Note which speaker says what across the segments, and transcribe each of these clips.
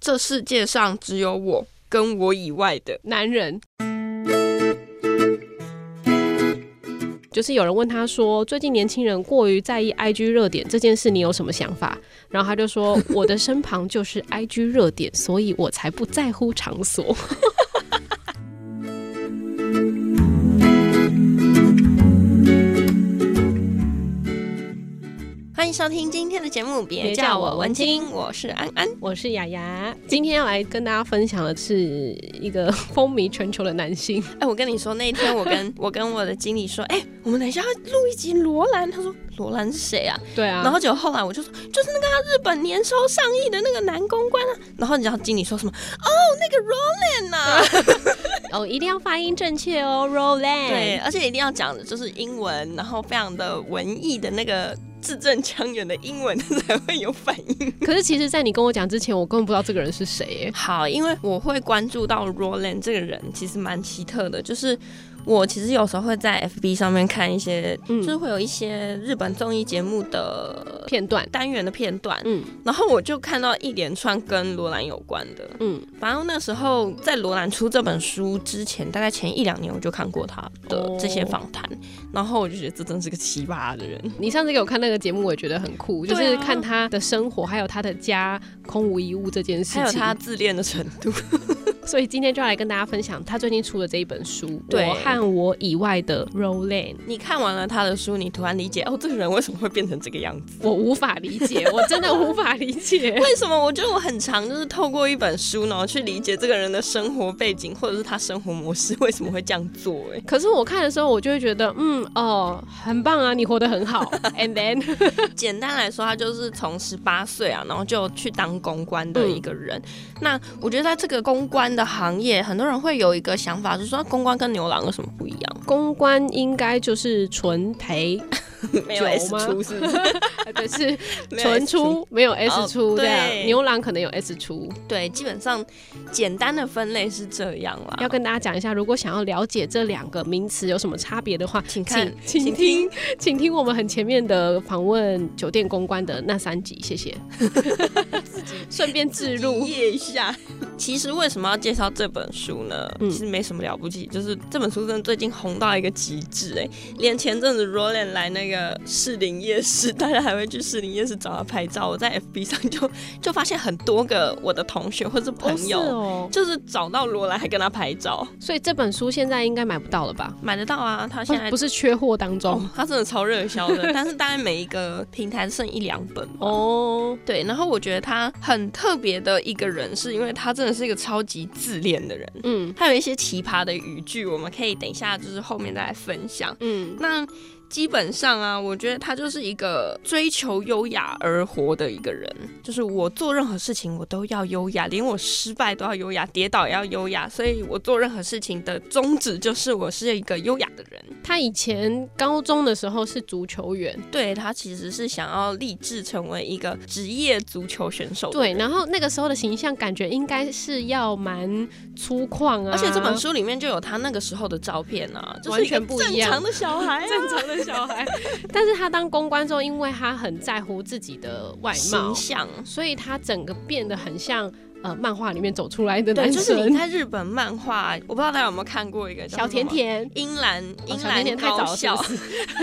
Speaker 1: 这世界上只有我跟我以外的
Speaker 2: 男人。就是有人问他说，最近年轻人过于在意 IG 热点这件事，你有什么想法？然后他就说，我的身旁就是 IG 热点，所以我才不在乎场所。
Speaker 1: 欢迎收听今天的节目，别
Speaker 2: 别
Speaker 1: 叫
Speaker 2: 叫
Speaker 1: 我
Speaker 2: 我
Speaker 1: 文
Speaker 2: 文
Speaker 1: 青，
Speaker 2: 青
Speaker 1: 我是安安。
Speaker 2: 我是雅雅，今天要来跟大家分享的是一个风靡全球的男星，
Speaker 1: 哎、我跟你说，那一天我 跟我跟我的经理说，哎、我们等一下要录一集罗兰。他说罗兰是谁啊？
Speaker 2: 对啊，
Speaker 1: 然后结果后来我就说，就是那个他日本年收上亿的那个男公关啊。然后你知道经理说什么？哦，那个 Roland 啊，
Speaker 2: 哦，一定要发音正确哦，Roland，
Speaker 1: 对，，而且一定要讲的就是英文，然后非常的文艺的那个字正腔圆的英文 才会有反应。
Speaker 2: 可是其实，在你跟我讲之前，我根本不知道这个人是谁耶。
Speaker 1: 好，因为我会关注到 Roland 这个人，其实蛮奇特的，就是。我其实有时候会在 FB 上面看一些，
Speaker 2: 嗯
Speaker 1: 就是会有一些日本综艺节目的
Speaker 2: 片段，
Speaker 1: 单元的片段，
Speaker 2: 嗯
Speaker 1: 然后我就看到一连串跟罗兰有关的。
Speaker 2: 嗯，
Speaker 1: 反正那时候在罗兰出这本书之前，大概前一两年我就看过他的这些访谈，然后我就觉得这真是个奇葩的人。
Speaker 2: 你上次给我看那个节目，我也觉得很酷，就
Speaker 1: 对
Speaker 2: 是
Speaker 1: 啊
Speaker 2: 看他的生活，还有他的家空无一物这件事情。
Speaker 1: 还有他， 自恋的程度，
Speaker 2: 所以今天就要来跟大家分享他最近出的这一本书《
Speaker 1: 对
Speaker 2: 我和我以外的 Roland》，
Speaker 1: 你看完了他的书，你突然理解哦，这个人为什么会变成这个样子？
Speaker 2: 我无法理 解，我真的无法理解。
Speaker 1: 为什么？我觉得我很常就是透过一本书，然后去理解这个人的生活背景，或者是他生活模式为什么会这样做、哎，
Speaker 2: 可是我看的时候，我就会觉得，嗯，哦，很棒啊，你活得很 好。And then，
Speaker 1: 简单来说，他就是从十八岁啊，然后就去当公关的一个人。那我觉得在这个公关的行业，很多人会有一个想法，就是说公关跟牛郎有什么不一样？
Speaker 2: 公关应该就是纯陪，
Speaker 1: 没有 S 出是不是？
Speaker 2: 呃对，是
Speaker 1: 没有 S
Speaker 2: 纯出没有 S
Speaker 1: 哦
Speaker 2: 出这样
Speaker 1: 对，哦
Speaker 2: 牛郎可能有 S 出。
Speaker 1: 对，基本上简单的分类是这样啦。
Speaker 2: 要跟大家讲一下，如果想要了解这两个名词有什么差别的话，
Speaker 1: 请看
Speaker 2: 请请听，请听我们很前面的访问酒店公关的那三集，谢 谢。顺便置入，
Speaker 1: 夜一下。 其实为什么要介绍这本书呢？
Speaker 2: 嗯
Speaker 1: 其实没什么了不起，就是这本书真的最近红到一个极致哎、连前阵子 Roland 来那个士林夜市，大家还会去士林夜市找他拍照。我在 FB 上就就发现很多个我的同学或是
Speaker 2: 哦
Speaker 1: 朋
Speaker 2: 是
Speaker 1: 友。
Speaker 2: 哦，
Speaker 1: 就是找到罗兰还跟他拍照，
Speaker 2: 所以这本书现在应该买不到了吧？
Speaker 1: 买得到啊！他
Speaker 2: 不
Speaker 1: 现在
Speaker 2: 不是缺货当中
Speaker 1: 哦，他真的超热销 的，但是大概每一个平台剩一两本吧。
Speaker 2: 哦。
Speaker 1: 对，然后我觉得他很特别的一个人，是因为他真的是一个超级自恋的人。
Speaker 2: 嗯
Speaker 1: 他有一些奇葩的语句，我们可以等一下就是后面再来分享。
Speaker 2: 嗯，
Speaker 1: 那基本上啊，我觉得他就是一个追求优雅而活的一个人，就是我做任何事情我都要优雅，连我失败都要优雅，跌倒也要优雅，所以我做任何事情的宗旨就是我是一个优雅的人。
Speaker 2: 他以前高中的时候是足球员，
Speaker 1: 对他其实是想要立志成为一个职业足球选手的
Speaker 2: 哦对，
Speaker 1: 人。
Speaker 2: 然后那个时候的形象感觉应该是要蛮粗犷啊，
Speaker 1: 而且这 本书里面就有他那个时候的照片啊，就是
Speaker 2: 完
Speaker 1: 一个
Speaker 2: 全不一
Speaker 1: 正
Speaker 2: 样
Speaker 1: 常的小孩、啊，
Speaker 2: 正常的小孩，但是他当公关之后，因为他很在乎自己的外
Speaker 1: 形
Speaker 2: 貌，
Speaker 1: 象。
Speaker 2: 所以他整个变得很像呃漫画里面走出来的
Speaker 1: 对，
Speaker 2: 男
Speaker 1: 就是你
Speaker 2: 生，
Speaker 1: 在日本漫画，我不知道大家有没有看过一个叫
Speaker 2: 小
Speaker 1: 什
Speaker 2: 甜
Speaker 1: 么。
Speaker 2: 甜。
Speaker 1: 英兰
Speaker 2: 哦
Speaker 1: 英
Speaker 2: 小甜
Speaker 1: 兰
Speaker 2: 甜太
Speaker 1: 高
Speaker 2: 早了是
Speaker 1: 校
Speaker 2: 不，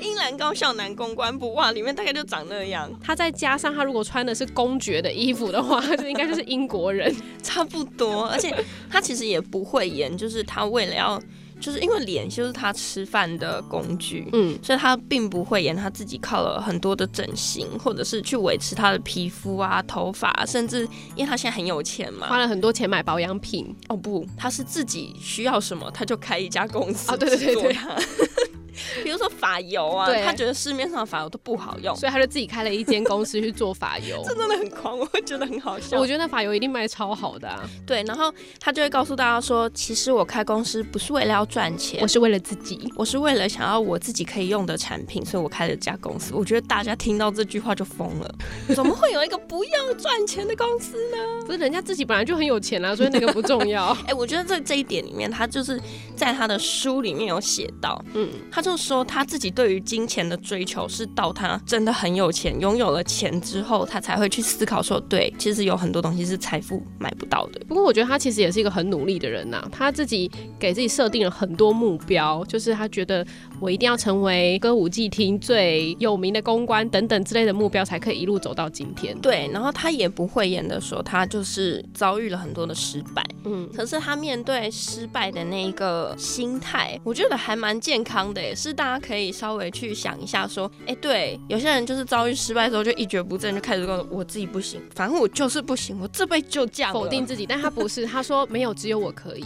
Speaker 1: 英兰高校男公关部哇，里面大概就长那样，
Speaker 2: 他再加上他如果穿的是公爵的衣服的话， 就应该就是英国人。
Speaker 1: 差不多。而且他其实也不会演，就是他为了要，就是因为脸就是他吃饭的工具，
Speaker 2: 嗯，
Speaker 1: 所以他并不会演，他自己靠了很多的整形，或者是去维持他的皮肤啊、头发，甚至因为他现在很有钱嘛
Speaker 2: 花，了很多钱买保养品，
Speaker 1: 哦不，他是自己需要什么，他就开一家公司
Speaker 2: 哦对对对
Speaker 1: 做它 比如说发油啊，
Speaker 2: 对
Speaker 1: 他觉得市面上的发油都不好用，
Speaker 2: 所以他就自己开了一间公司去做发油。
Speaker 1: 哦这真的很狂，我会觉得很好笑
Speaker 2: 我。觉得那发油一定卖超好的啊！
Speaker 1: 对，然后他就会告诉大家说，其实我开公司不是为了要赚钱
Speaker 2: 我。是为了自己，
Speaker 1: 我是为了想要我自己可以用的产品，所以我开了这家公司。我觉得大家听到这句话就疯了， 怎么会有一个不要赚钱的公司呢？
Speaker 2: 不是人家自己本来就很有钱啊啦、所以那个不重要。
Speaker 1: 哎、我觉得在这一点里面，他就是在他的书里面有写到，
Speaker 2: 嗯，
Speaker 1: 他就就说他自己对于金钱的追求是到他真的很有钱，拥有了钱之后，他才会去思考说，对，其实有很多东西是财富买不到的。
Speaker 2: 不过我觉得他其实也是一个很努力的人呐、他自己给自己设定了很多目标，就是他觉得我一定要成为歌舞伎町最有名的公关等等之类的目标，才可以一路走到今天。
Speaker 1: 对，然后他也不讳言的说，他就是遭遇了很多的失败，
Speaker 2: 嗯，
Speaker 1: 可是他面对失败的那一个心态，我觉得还蛮健康的耶，是大家可以稍微去想一下，说，哎，对，有些人就是遭遇失败之后就一蹶不振，就开始跟我说我自己不行，反正我就是不行，我这辈子就这样了
Speaker 2: 否定，自己，但他不是，他说没有，只有我可以。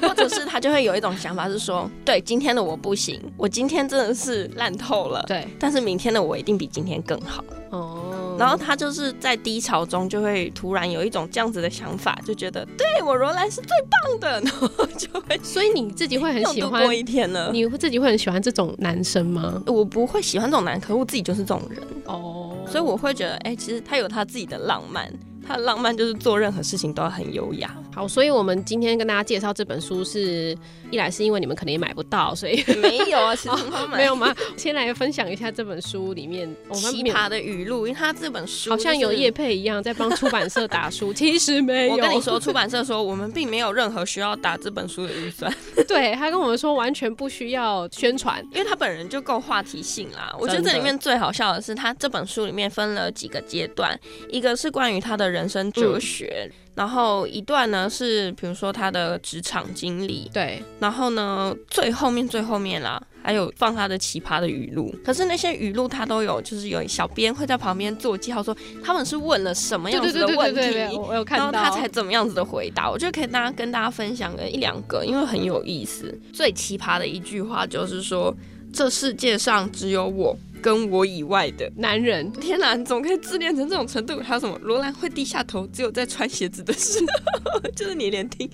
Speaker 1: 或者是他就会有一种想法是说，对，今天的我不行，我今天真的是烂透了。
Speaker 2: 对，
Speaker 1: 但是明天的我一定比今天更好。
Speaker 2: 哦，
Speaker 1: 然后他就是在低潮中就会突然有一种这样子的想法，就觉得对我罗兰是最棒的， 然后就会
Speaker 2: 所以你自己会很
Speaker 1: 又
Speaker 2: 喜
Speaker 1: 度
Speaker 2: 欢，
Speaker 1: 过一天了。
Speaker 2: 你自己会很喜欢这种男生吗？
Speaker 1: 我不会喜欢这种男，可是我自己就是这种人，
Speaker 2: 哦，
Speaker 1: 所以我会觉得，哎、其实他有他自己的浪漫，他的浪漫就是做任何事情都要很优 雅。
Speaker 2: 好，所以我们今天跟大家介绍这本书是，一来是因为你们可能也买不到，所以
Speaker 1: 没有啊，其实他
Speaker 2: 哦没有吗？先来分享一下这本书里面我们
Speaker 1: 奇
Speaker 2: 免
Speaker 1: 葩的语录，因为他这本书
Speaker 2: 好像
Speaker 1: 就
Speaker 2: 有
Speaker 1: 是
Speaker 2: 叶配一样在帮出版社打 书，其实哎没有。
Speaker 1: 我跟你说，出版社说我们并没有任何需要打这本书的预算，
Speaker 2: 对他跟我们说完全不需要宣传，
Speaker 1: 因为他本人就够话题性啦。我觉得
Speaker 2: 真的
Speaker 1: 这里面最好笑的是，他这本书里面分了几个阶段，一个是关于他的人生
Speaker 2: 嗯
Speaker 1: 哲学，然后一段呢是比如说他的职场经历，
Speaker 2: 对，
Speaker 1: 然后呢最后面最后面啦。还有放他的奇葩的语录，可是那些语录他都有，就是有小编会在旁边做记号说他们是问了什么
Speaker 2: 对
Speaker 1: 样
Speaker 2: 对
Speaker 1: 子
Speaker 2: 对
Speaker 1: 的
Speaker 2: 对
Speaker 1: 问
Speaker 2: 对
Speaker 1: 题，
Speaker 2: 对，对我我有看
Speaker 1: 然
Speaker 2: 到
Speaker 1: 后他才怎么样子的回答，我觉得可以大家跟大家分享个一两个，因为很有意思。最奇葩的一句话就是说：“这世界上只有我跟我以外的。
Speaker 2: 男人”
Speaker 1: 天哪，你怎么可以自恋成这种程度？还有什么罗兰会低下头，只有在穿鞋子的时候， 就是你连听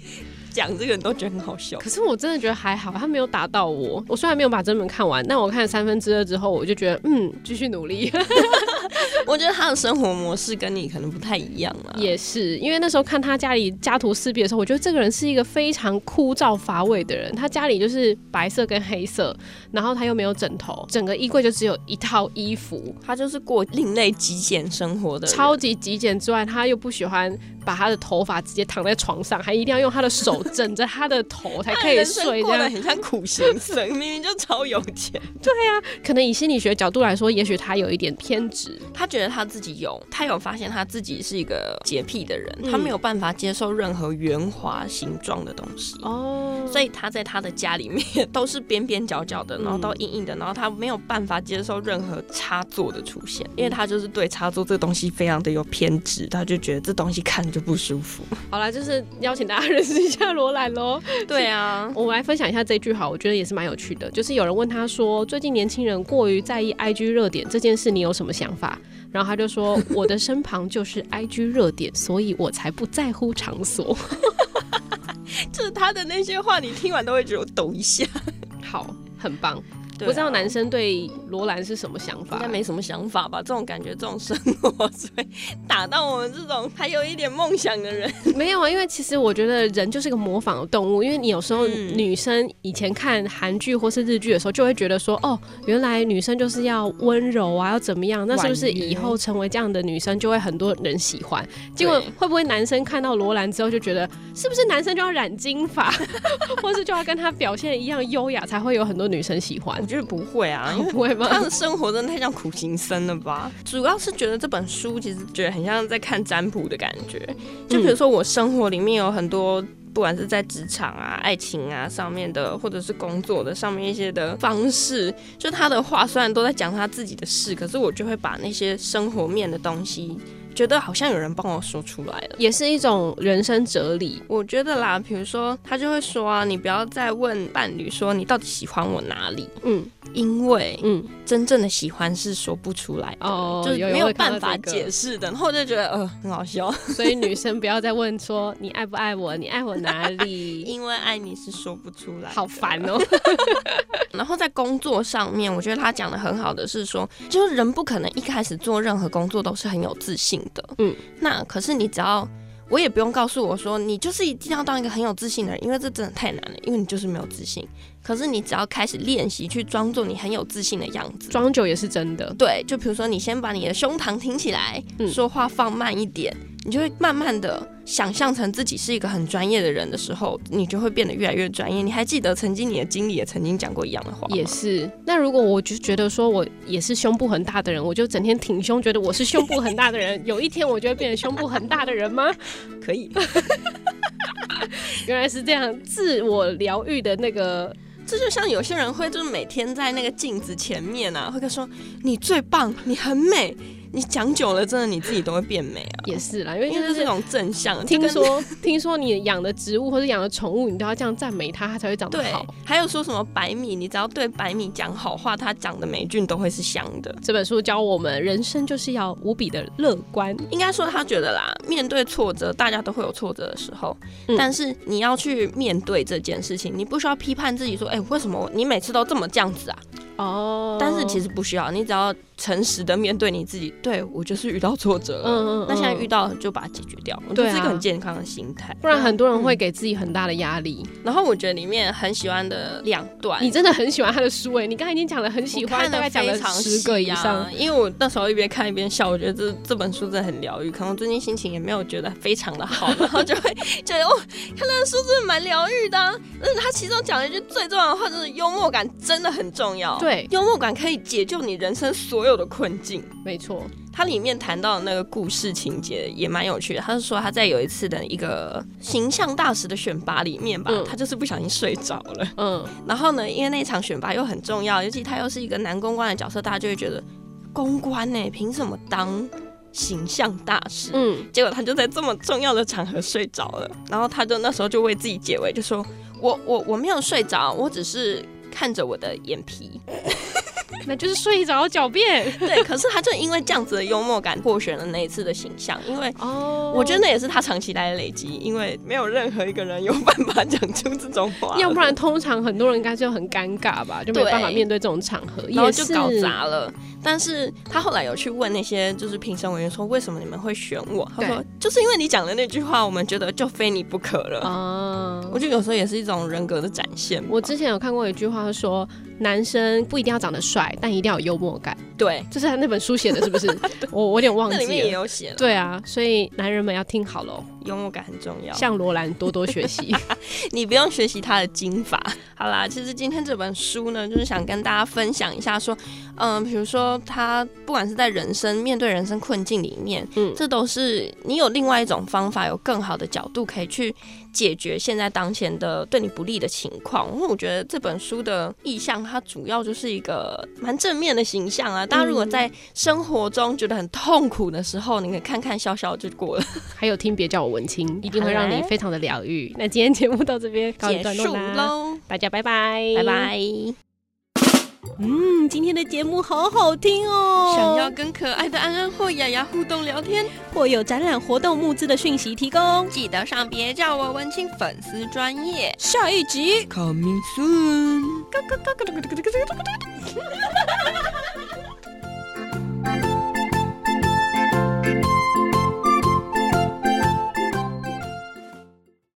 Speaker 1: 讲这个你都觉得很好笑。
Speaker 2: 可是我真的觉得还好，他没有打到我。我虽然没有把真本看完，但我看了三分之二之后，我就觉得嗯，继续努力。
Speaker 1: 我觉得他的生活模式跟你可能不太一样啊啦。
Speaker 2: 也是因为那时候看他家里家徒四壁的时候，我觉得这个人是一个非常枯燥乏味的人。他家里就是白色跟黑色，然后他又没有枕头，整个衣柜就只有一套衣服。
Speaker 1: 他就是过另类极简生活的人，
Speaker 2: 超级极简之外，他又不喜欢把他的头发直接躺在床上，还一定要用他的手枕着他的头才
Speaker 1: 他
Speaker 2: 可以
Speaker 1: 人生
Speaker 2: 睡。这
Speaker 1: 过得
Speaker 2: 样，
Speaker 1: 很像苦行僧，明明就超有钱。
Speaker 2: 可能以心理学角度来说，也许他有一点偏执。
Speaker 1: 他觉得他自己有，他有发现他自己是一个洁癖的人，
Speaker 2: 嗯
Speaker 1: 他没有办法接受任何圆滑形状的东西。
Speaker 2: 哦，
Speaker 1: 所以他在他的家里面都是边边角角的，
Speaker 2: 嗯
Speaker 1: 然后都硬硬的，然后他没有办法接受任何插座的出现，因为他就是对插座这东西非常的有偏执，他就觉得这东西看着就不舒服。
Speaker 2: 好啦，就是邀请大家认识一下罗兰喽。
Speaker 1: 对 啊，
Speaker 2: 我来分享一下这句好，我觉得也是蛮有趣的。就是有人问他说，最近年轻人过于在意 IG 热点这件事，你有什么想法？然后他就说，我的身旁就是 IG 热点，所以我才不在乎场所。
Speaker 1: 就是他的那些话，你听完都会觉得我抖一下。
Speaker 2: 好，很棒。
Speaker 1: 对啊
Speaker 2: 不知道男生对罗兰是什么想
Speaker 1: 应
Speaker 2: 法
Speaker 1: 该？没什么想法吧？这种感觉，这种生活，所以打到我们这种还有一点梦想的人。
Speaker 2: 没有啊，因为其实我觉得人就是个模仿的动物，因为你有时候
Speaker 1: 嗯
Speaker 2: 女生以前看韩剧或是日剧的时候，就会觉得说，哦，原来女生就是要温柔啊，要怎么样？那是不是
Speaker 1: 婉约
Speaker 2: 以后成为这样的女生，就会很多人喜欢？结果会不会男生看到罗兰之后就觉得，是不是男生就要染金发，或是就要跟她表现一样优雅，才会有很多女生喜 欢
Speaker 1: 我？觉得不会啊， 因为
Speaker 2: 不会
Speaker 1: 他
Speaker 2: 吗？
Speaker 1: 的生活真的太像苦行僧了吧？主要是觉得这本书其实觉得很像在看占卜的感觉。就比如说我生活里面有很多。不管是在职场啊、爱情啊上面的，或者是工作的上面一些的方式，就他的话虽然都在讲他自己的事，可是我就会把那些生活面的东西，觉得好像有人帮我说出来了。
Speaker 2: 也是一种人生哲理。
Speaker 1: 我觉得啦，比如说他就会说啊，你不要再问伴侣说你到底喜欢我哪里，
Speaker 2: 嗯
Speaker 1: 因为
Speaker 2: 嗯，
Speaker 1: 真正的喜欢是说不出来的，
Speaker 2: 哦
Speaker 1: 就是
Speaker 2: 有有
Speaker 1: 没有
Speaker 2: 会看
Speaker 1: 办
Speaker 2: 到
Speaker 1: 法
Speaker 2: 这个
Speaker 1: 解释的。然后我就觉得呃很好笑，
Speaker 2: 所以女生不要再问说你爱不爱我，你爱我哪 里，
Speaker 1: 因为爱你是说不出来，
Speaker 2: 好烦。哦、
Speaker 1: 然后在工作上面，我觉得他讲的很好的是说，就是人不可能一开始做任何工作都是很有自信的，
Speaker 2: 嗯，
Speaker 1: 那可是你只要。我也不用告诉我说你就是一定要当一个很有自信的人，因为这真的太难了，因为你就是没有自信。可是你只要开始练习去装作你很有自信的样子，
Speaker 2: 装久也是真的。
Speaker 1: 对，就比如说你先把你的胸膛挺起来，
Speaker 2: 嗯
Speaker 1: 说话放慢一点，你就会慢慢的想象成自己是一个很专业的人的时候，你就会变得越来越专业。你还记得曾经你的经理也曾经讲过一样的话吗？
Speaker 2: 也是。那如果我就觉得说我也是胸部很大的人，我就整天挺胸，觉得我是胸部很大的人，有一天我就会变成胸部很大的人吗？
Speaker 1: 可以，
Speaker 2: 原来是这样，自我疗愈的那个
Speaker 1: 这就像有些人会就是每天在那个镜子前面啊，会跟说你最棒，你很美。你讲久了，真的你自己都会变美啊，
Speaker 2: 也是啦，因为
Speaker 1: 因为
Speaker 2: 就
Speaker 1: 这是一
Speaker 2: 是。
Speaker 1: 种正向。就
Speaker 2: 听
Speaker 1: 跟
Speaker 2: 说，听说你养的植物或者养的宠物，你都要这样赞美它，它才会长得
Speaker 1: 对
Speaker 2: 好。，
Speaker 1: 还有说什么白米，你只要对白米讲好话，它长的霉菌都会是香的。
Speaker 2: 这本书教我们，人生就是要无比的乐观。
Speaker 1: 应该说，他觉得啦，面对挫折，大家都会有挫折的时候，
Speaker 2: 嗯
Speaker 1: 但是你要去面对这件事情，你不需要批判自己说，哎、为什么你每次都这么这样子啊？
Speaker 2: 哦
Speaker 1: 但是其
Speaker 2: 实，
Speaker 1: 实不需要，你只要诚实的面对你自己，对我就是遇到挫折了，
Speaker 2: 嗯嗯
Speaker 1: 那现在遇
Speaker 2: 到，
Speaker 1: 到了就把它解决掉，我觉
Speaker 2: 对
Speaker 1: 得
Speaker 2: 啊
Speaker 1: 是一个很健康的心态，
Speaker 2: 不然很多人会给自己很大的压力。
Speaker 1: 嗯。然后我觉得里面很喜欢的两段，
Speaker 2: 你真的很喜欢他的书哎，你刚才已经讲了很喜
Speaker 1: 我
Speaker 2: 欢，
Speaker 1: 看
Speaker 2: 大概
Speaker 1: 的
Speaker 2: 讲
Speaker 1: 非
Speaker 2: 了
Speaker 1: 常
Speaker 2: 十个以
Speaker 1: 细啊
Speaker 2: 上。
Speaker 1: 因为我那时候一边看一边笑，我觉得这这本书真的很疗愈。可能我最近心情也没有觉得非常的好，然后就 会觉得哦，看那个书真的蛮疗愈的、啊。但是他其中讲了一句最重要的话，就是幽默感真的很重要。，
Speaker 2: 对，
Speaker 1: 幽默感可以解救你人生所有的困境。
Speaker 2: 没错，
Speaker 1: 它里面谈到的那个故事情节也蛮有趣的。他是说他在有一次的一个形象大使的选拔里面吧，
Speaker 2: 嗯
Speaker 1: 他就是不小心睡着了。
Speaker 2: 嗯，
Speaker 1: 然后呢，因为那场选拔又很重要，尤其他又是一个男公关的角色，大家就会觉得公关呢、凭什么当形象大使？
Speaker 2: 嗯，
Speaker 1: 结果他就在这么重要的场合睡着了，然后他就那时候就为自己解围，就说：“我我我没有睡着，我只是看着我的眼皮。
Speaker 2: 那就是睡着狡辩”
Speaker 1: 对，可是他就因为这样子的幽默感获选了那一次的形象，因为。
Speaker 2: 哦
Speaker 1: 我觉得那也是他长期来的累积，因为没有任何一个人有办法讲出这种话，
Speaker 2: 要不然通常很多人应该就很尴尬吧，就没有
Speaker 1: 对
Speaker 2: 办法面对这种场合，
Speaker 1: 然后
Speaker 2: 也
Speaker 1: 就是搞砸了。但是他后来有去问那些就是评审委员说，为什么你们会选我？他说
Speaker 2: 对
Speaker 1: 就是因为你讲的那句话，我们觉得就非你不可了。
Speaker 2: 啊。
Speaker 1: 我觉得有时候也是一种人格的展现吧。
Speaker 2: 我之前有看过一句话说，男生不一定要长得帅，但一定要有幽默感，
Speaker 1: 对，
Speaker 2: 这是他那本书写的，是不是？我我有点忘
Speaker 1: 那里面
Speaker 2: 记
Speaker 1: 也
Speaker 2: 了。
Speaker 1: 有写了，
Speaker 2: 对啊，所以男人们要听好喽，
Speaker 1: 幽默感很重要。
Speaker 2: 向罗兰多多 学习。
Speaker 1: 你不用学习他的经法。好啦，其实今天这本书呢，就是想跟大家分享一下，说，嗯、比如说他不管是在人生面对人生困境里面，
Speaker 2: 嗯
Speaker 1: 嗯，这都是你有另外一种方法，有更好的角度可以去解决现在当前的对你不利的情况。因为我觉得这本书的意向，它主要就是一个蛮正面的形象啊。大家如果在生活中觉得很痛苦的时候，你可以看看笑笑就过了，
Speaker 2: 还有听别叫我文青，一定会让你非常的疗愈。那今天节目到这边告一
Speaker 1: 结
Speaker 2: 段
Speaker 1: 束
Speaker 2: 落啦，
Speaker 1: 喽，
Speaker 2: 大家拜拜，
Speaker 1: 拜。拜。
Speaker 2: 嗯，今天的节目好好听哦。
Speaker 1: 想要跟可爱的安安或雅雅互动聊天，
Speaker 2: 或有展览活动募资的讯息提供，
Speaker 1: 记得上别叫我文青粉丝专业。
Speaker 2: 下一集
Speaker 1: Coming soon。